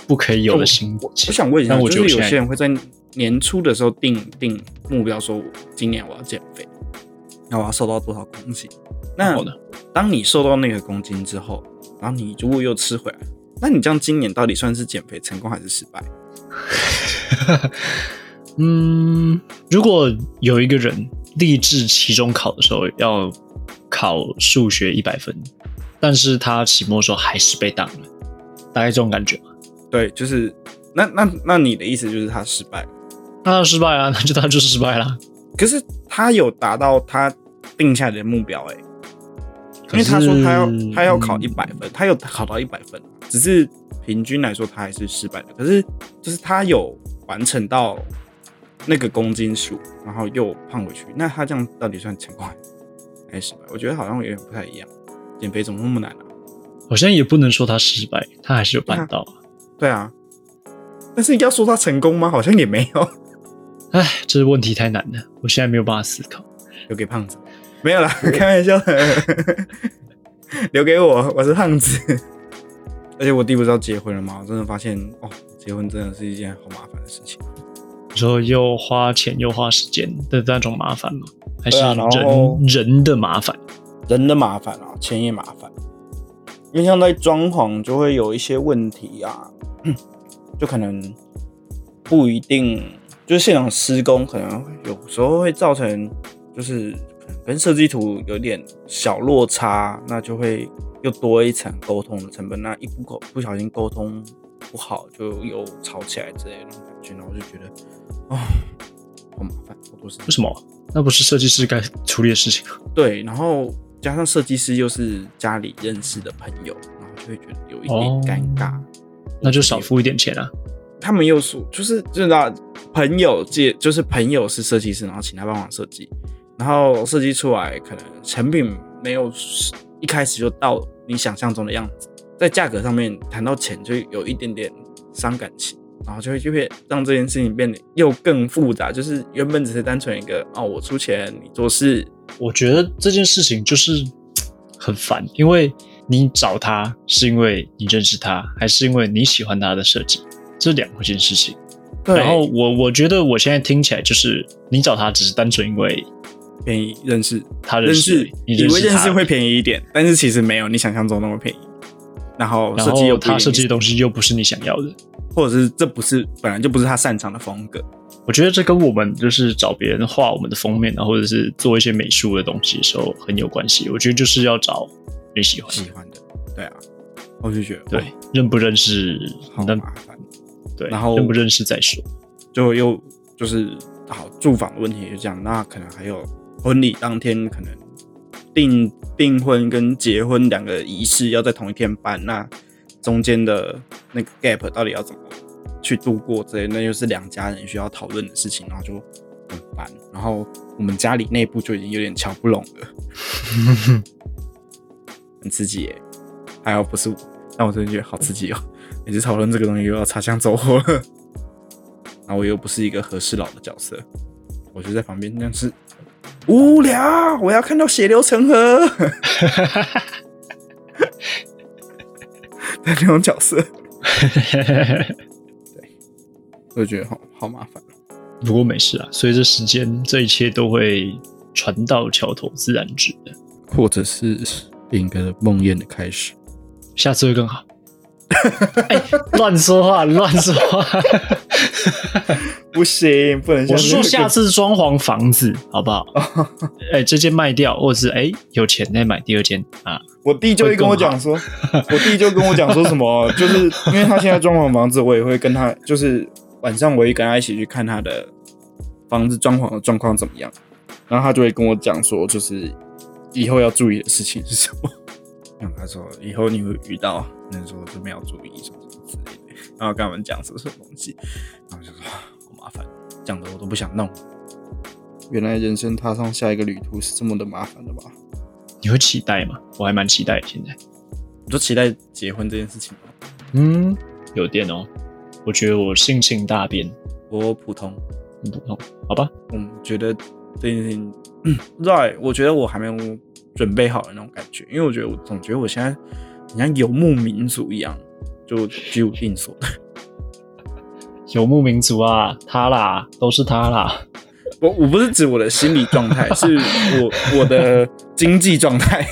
A: 不可以有的心
B: 我
A: 情。
B: 我想问一下，
A: 但我觉得
B: 就
A: 我
B: 是有
A: 现
B: 些
A: 在
B: 人会在年初的时候定定目标，说我今年我要减肥，那我要瘦到多少公斤？那
A: 然后呢
B: 当你瘦到那个公斤之后，然后你如果又吃回来，那你这样今年到底算是减肥成功还是失败？
A: 嗯，如果有一个人立志期中考的时候要考数学一百分，但是他期末的时候还是被挡了，大概这种感觉吧。
B: 对，就是那那那你的意思就是他失败了，
A: 那他失败啊， 那就他就失败啦。
B: 可是他有达到他定下来的目标哎、因
A: 可
B: 为
A: 是
B: 他说他要他要考
A: 嗯
B: 一百分，他有考到一百分，只是平均来说他还是失败的。可是就是他有完成到那个公斤数，然后又胖回去，那他这样到底算成功还是失败？我觉得好像有点不太一样。减肥怎么那么难啊？
A: 好像也不能说他失败，他还是有办到啊。
B: 对啊，但是要说他成功吗？好像也没有， 嗯
A: 唉，这个问题太难了，我现在没有办法思考。
B: 留给胖子，没有啦，开玩笑的， 留给我，我是胖子。 而且我弟不是要结婚了吗？我真的发现哦，结婚真的是一件好麻烦的事情。
A: 你说又花钱又花时间的那种麻烦吗？还是
B: 对
A: 人、
B: 啊然后
A: 人的麻烦？
B: 人的麻烦啊，钱也麻烦。因为像在装潢就会有一些问题啊， 就可能不一定，就是现场施工可能有时候会造成，就是可能跟设计图有点小落差，那就会又多一层沟通的成本。那一不沟不小心沟通不好，就又吵起来之类的那种感觉，然后我就觉得，哦，好麻烦，好多事情
A: 为。什么？那不是设计师该处理的事情吗？
B: 对，然后加上设计师又是家里认识的朋友，然后就会觉得有一点
A: 哦
B: 尴尬。
A: 那就少付一点钱啊。
B: 他们又说，就是就是那朋友借，就是朋友是设计师，然后请他帮忙设计，然后设计出来可能成品没有一开始就到你想象中的样子，在价格上面谈到钱就有一点点伤感情，然后就会就会让这件事情变得又更复杂，就是原本只是单纯一个哦我出钱你做事，
A: 我觉得这件事情就是很烦，因为你找他是因为你认识他，还是因为你喜欢他的设计，这两件事情。
B: 对
A: 然后我我觉得我现在听起来就是你找他只是单纯因为
B: 便宜认识
A: 他
B: 认
A: 认识
B: 识，
A: 你，
B: 以为认识
A: 他，
B: 会便宜一点，但是其实没有你想象中那么便宜。然后
A: 然
B: 设计又
A: 后
B: 不一定
A: 他设计的东西又不是你想要的。
B: 或者是这不是本来就不是他擅长的风格。
A: 我觉得这跟我们就是找别人画我们的封面啊，或者是做一些美术的东西的时候很有关系。我觉得就是要找你喜欢的，
B: 喜欢的，对啊，我就觉得
A: 嗯对
B: 哇，
A: 认不认识，
B: 好
A: 那
B: 麻烦，
A: 对，
B: 然后
A: 认不认识再说。
B: 就又就是好住房的问题就这样，那可能还有婚礼当天可能订订婚跟结婚两个仪式要在同一天办，那中间的那个 gap 到底要怎么去度过之类，那又是两家人需要讨论的事情，然后就很烦，然后我们家里内部就已经有点瞧不拢了，很刺激耶、还好不是我，但我真的觉得好刺激哦、每次讨论这个东西又要擦枪走火了。然后我又不是一个和事佬的角色，我就在旁边这样是无聊，我要看到血流成河的那种角色，我就觉得好好麻烦。
A: 不过没事啊，随着时间，这一切都会船到桥头自然直的，
B: 或者是另一个梦魇的开始。
A: 下次会更 好。哎乱说话，乱说话！
B: 不行，不能
A: 我
B: 像
A: 是说
B: 这个
A: 下次装潢房子好不 好？哎、这间卖掉，或者是哎、有钱再买第二间啊。
B: 我弟就会跟我讲说，我弟就跟我讲说什么， 就是因为他现在装潢房子，我也会跟他，就是晚上我会跟他一起去看他的房子装潢的状况怎么样，然后他就会跟我讲说，就是以后要注意的事情是什么。然后他说以后你会遇到，那时候就没有注意什么什么之类的，然后跟我们讲什么什么东西，然后就说啊好麻烦，讲的我都不想弄。原来人生踏上下一个旅途是这么的麻烦的吧？
A: 你会期待吗？我还蛮期待的现在。
B: 你就期待结婚这件事情吗？
A: 嗯，有电哦。我觉得我性情大变，
B: 我普通，
A: 很普通，好吧？
B: 嗯，觉得这件事情，不知道欸我觉得我还没有准备好的那种感觉，因为我觉得我总觉得我现在很像游牧民族一样，就居无定所。
A: 游牧民族啊，他啦，都是他啦。
B: 我我不是指我的心理状态，是我我的经济状态，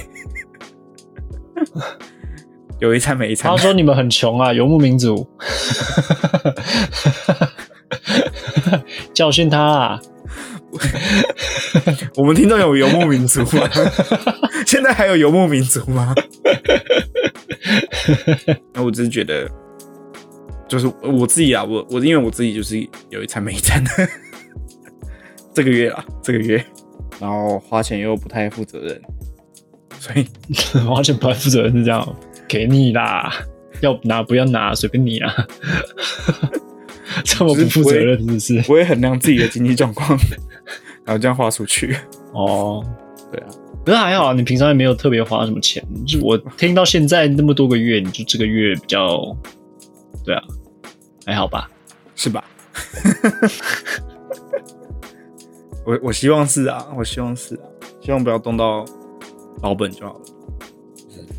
B: 有一餐没一餐
A: 他。说你们很穷啊，游牧民族，教训他啊！
B: 我们听众有游牧民族 吗？现在还有游牧民族 吗？那我只是觉得，就是我自己啊，我我因为我自己就是有一餐没一餐的， 这个月啊，这个月，然后花钱又不太负责任，所以
A: 花钱不太负责任是这样，给你啦，要拿不要拿随便你啦。这么不负责任是不是？
B: 我也衡量自己的经济状况，然后这样花出去。
A: 哦，
B: 对啊，
A: 不是还好啊，你平常也没有特别花什么钱。就我听到现在那么多个月，你就这个月比较，对啊，还好吧？
B: 是吧？ 我我希望是啊，我希望是啊，希望不要动到老本就好了。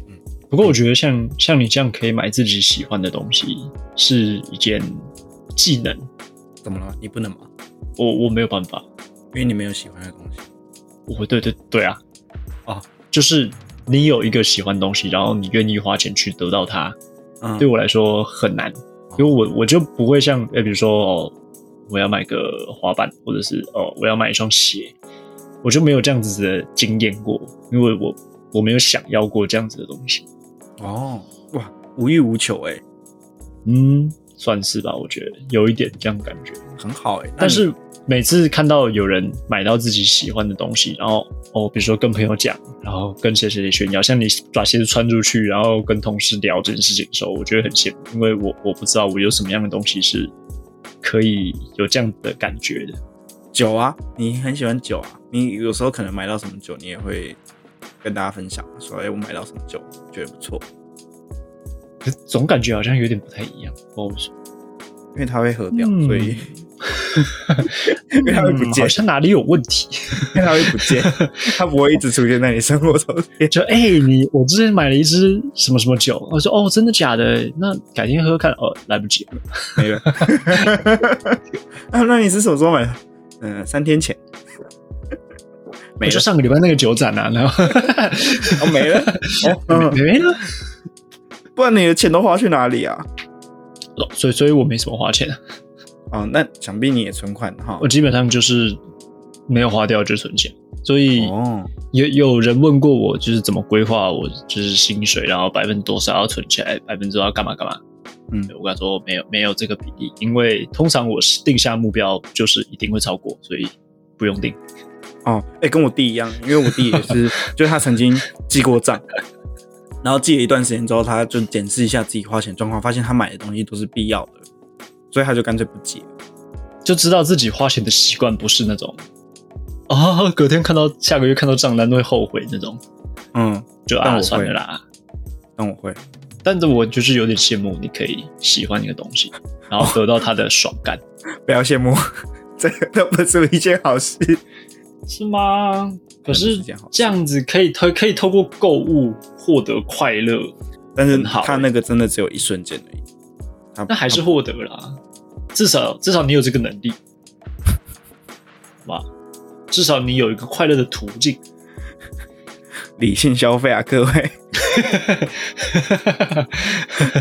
B: 嗯
A: 不过我觉得像像你这样可以买自己喜欢的东西，是一件技能。
B: 怎么了？你不能吗？
A: 我我没有办法，
B: 因为你没有喜欢的东西。
A: 我对对对啊，
B: 哦，
A: 就是你有一个喜欢的东西，然后你愿意花钱去得到它，
B: 嗯
A: 对我来说很难，因为我我就不会像呃，比如说哦，我要买个滑板，或者是哦，我要买一双鞋，我就没有这样子的经验过，因为我我没有想要过这样子的东西。
B: 哦，哇，无欲无求哎、
A: 嗯，算是吧，我觉得有一点这样感觉。
B: 很好哎、
A: 但是每次看到有人买到自己喜欢的东西，然后哦，比如说跟朋友讲，然后跟谁谁谁炫耀，像你把鞋子穿出去，然后跟同事聊这件事情的时候，我觉得很羡慕，因为我我不知道我有什么样的东西是可以有这样的感觉的。
B: 酒啊，你很喜欢酒啊，你有时候可能买到什么酒，你也会跟大家分享，说哎、我买到什么酒，觉得不错，
A: 可是总感觉好像有点不太一 样，不知道为什么
B: 因为它会喝掉，
A: 嗯
B: 所 以因为它会不
A: 嗯
B: 见
A: 好， 像哪里有问题。
B: 因为它会不 见，它不会一直出现在你生活中间。
A: 就哎、你我之前买了一支什么什么酒，我说哦，真的假的？那改天喝喝看，哦，来不及了。
B: 没了。啊，那你是什么时候买的？嗯、三天前。没
A: 我就
B: 了，
A: 上个礼拜那个酒展啊，然 后
B: 哦，没了， 哦，嗯
A: 没了。
B: 不然你的钱都花去哪里啊？
A: 所以所以我没什么花钱，啊
B: 哦，那想必你也存款哈
A: 我。基本上就是没有花掉就存钱。所以
B: 哦，
A: 有有人问过我，就是怎么规划我就是薪水，然后百分之多少要存起来，百分之多少要干嘛干嘛。
B: 嗯
A: 对我跟他说没有没有这个比例，因为通常我是定下目标就是一定会超过，所以不用定。
B: 哦，哎、跟我弟一样，因为我弟也 是，就是他曾经记过账，然后记了一段时间之后，他就检视一下自己花钱状况，发现他买的东西都是必要的，所以他就干脆不记了。
A: 就知道自己花钱的习惯不是那种啊，隔天看到下个月看到账单都会后悔那种，
B: 嗯，
A: 就
B: 但我
A: 啊
B: 会
A: 算了啦。
B: 但我会，
A: 但是我就是有点羡慕你可以喜欢一个东西，然后得到它的爽感，
B: 不要羡慕， 这个都不是一件好 事。
A: 是吗？可是
B: 这样好
A: 这样子可以透可以透过购物获得快乐，
B: 但是
A: 很好欸
B: 他那个真的只有一瞬间而已，他
A: 那还是获得啦。至少至少你有这个能力，好吧？至少你有一个快乐的途径。
B: 理性消费啊，各位，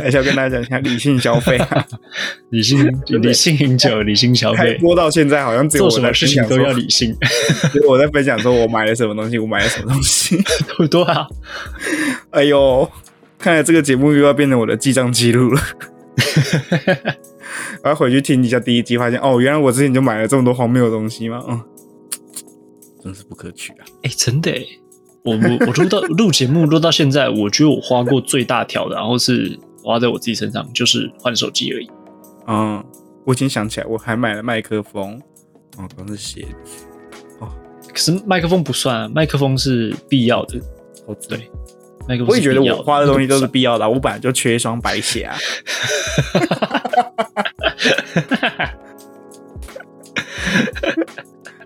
B: 还是要跟大家讲一下理性消费 啊。
A: 理性
B: 对
A: 理性饮酒，理性消
B: 开
A: 费，
B: 播到现在，好像只有
A: 做
B: 我
A: 什
B: 在
A: 么事
B: 分
A: 情
B: 享
A: 都
B: 说
A: 要理性，
B: 只有我在分享说我买了什么东西，我买了什么东西。
A: 对多啊。
B: 哎呦，看来这个节目又要变成我的记账 记录了。我要回去听一下第一集，发现哦，原来我之前就买了这么多荒谬的东西吗？嗯，真是不可取啊！
A: 哎、真的哎，我我我录 到录节目录到现在，我觉得我花过最大条的，然后是花在我自己身上，就是换手机而已。
B: 嗯，我已经想起来，我还买了麦克风，哦，光是鞋子
A: 可是麦克风不算、啊，麦克风是必要的，
B: 投资
A: 对麦克风
B: 哦我
A: 是
B: 也觉
A: 必
B: 得
A: 要
B: 我花的东西都是必要的啊、我本来就缺一双白鞋 啊。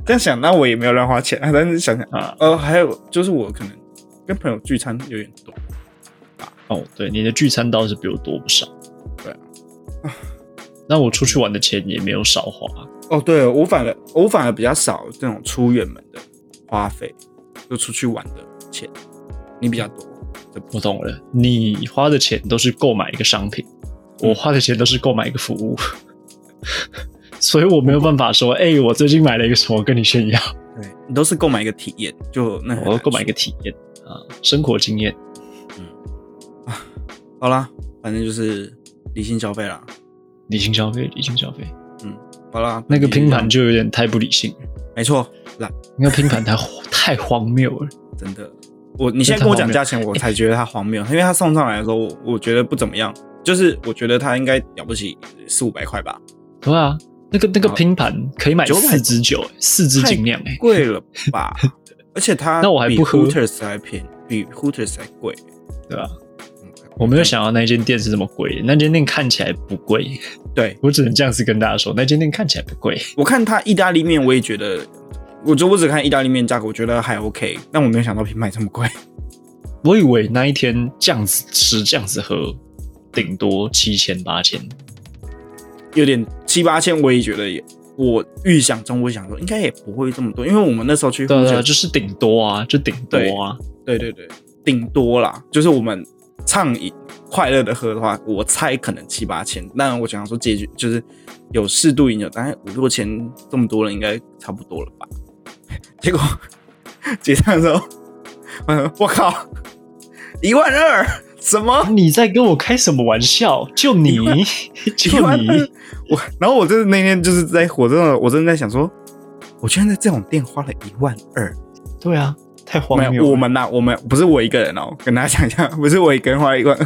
B: 这样想，那我也没有乱花钱啊。但是想想，
A: 啊。
B: 呃，还有就是我可能跟朋友聚餐有点多，
A: 哦，对，你的聚餐倒是比我多不少。
B: 对啊，
A: 那我出去玩的钱也没有少花。
B: 哦，对我反而我反而比较少这种出远门的花费，就出去玩的钱，你比较多。这不
A: 我懂了，你花的钱都是购买一个商品，
B: 嗯
A: 我花的钱都是购买一个服务， 所以我没有办法说，哎、我最近买了一个什么跟你炫耀。
B: 对你都是购买一个体验，就那很
A: 我要
B: 难
A: 购买一
B: 说
A: 个体验啊，生活经验。
B: 好啦，反正就是理性消费啦。
A: 理性消费，理性消费，
B: 好啦，
A: 那个拼
B: 本集就这
A: 盘
B: 样
A: 就有点太不理性了，
B: 没错，啦，
A: 那个拼盘太太荒 谬了。
B: 真的，我你现在跟我讲价钱，我才觉得它荒谬，因为它送上来的时候，我我觉得不怎么样，就是我觉得它应该了不起四五百 块吧，
A: 对啊，那个那个
B: 啊
A: 拼盘可以买
B: 900
A: 四支酒、四支
B: 太
A: 精酿哎、
B: 贵了吧？而且它
A: 那我还
B: 比
A: 不喝
B: Hooters 还便宜，比 Hooters 还贵。
A: 对啊，
B: 嗯
A: 我没有，想到那间店是这么贵的，那间店看起来不贵，
B: 对
A: 我只能这样子跟大家说，那间店看起来不贵。
B: 我看它意大利面，我也觉得，我就我只看意大利面价格，我觉得还 OK，但我没有想到品牌这么贵。
A: 我以为那一天这样子吃、这样子喝，顶多七千八千，
B: 有点七八千，我也觉得也，我预想中，我想说应该也不会这么多，因为我们那时候去
A: 对啊对
B: Hooters
A: 啊，就是顶多啊，就顶多啊，
B: 对对对，顶多啦，就是我们畅饮快乐的喝的话，我猜可能七八千。但我想说结局就是有适度饮酒，大概五六千这么多人应该差不多了吧？ 结 果结账的时候，我想说我靠，一万二，什么？
A: 啊你在跟我开什么玩笑？就你，
B: 一
A: 就
B: 万
A: 你，
B: 二我，然后我就是那天就是在火车上，我真的在想说，我居然在这种店花了一万二。
A: 对啊，太荒
B: 没
A: 谬
B: 有，
A: 了。
B: 我们呐、我们不是我一个人哦，跟大家讲一下，不是我一个人花一万，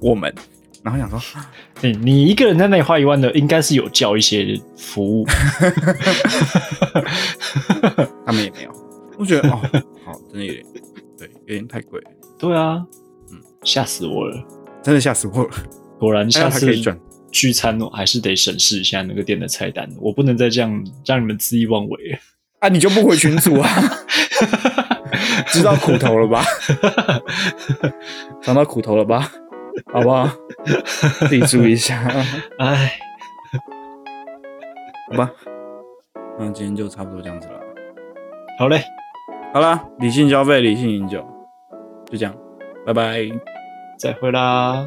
B: 我们。然后想说，
A: 你你一个人在那里花一万的，应该是有叫一些服 务。
B: 他们也没有，我觉得 哦，好，真的有点，对，有点太贵了，
A: 对啊，
B: 嗯
A: 吓死我了！
B: 真的吓死我了。
A: 果然
B: 还
A: 下
B: 好还
A: 次
B: 可以转
A: 聚餐我还是得审视一下那个店的菜单，我不能再这样让你们恣意妄为了。
B: 啊，你就不回群 主啊？知道苦头 了吧？尝到苦头了吧？好不好？自己注意一下，
A: 哎，
B: 好吧。那今天就差不多这样子了。
A: 好嘞，
B: 好啦，理性消费，理性饮酒，就这样，拜拜。
A: 再会啦。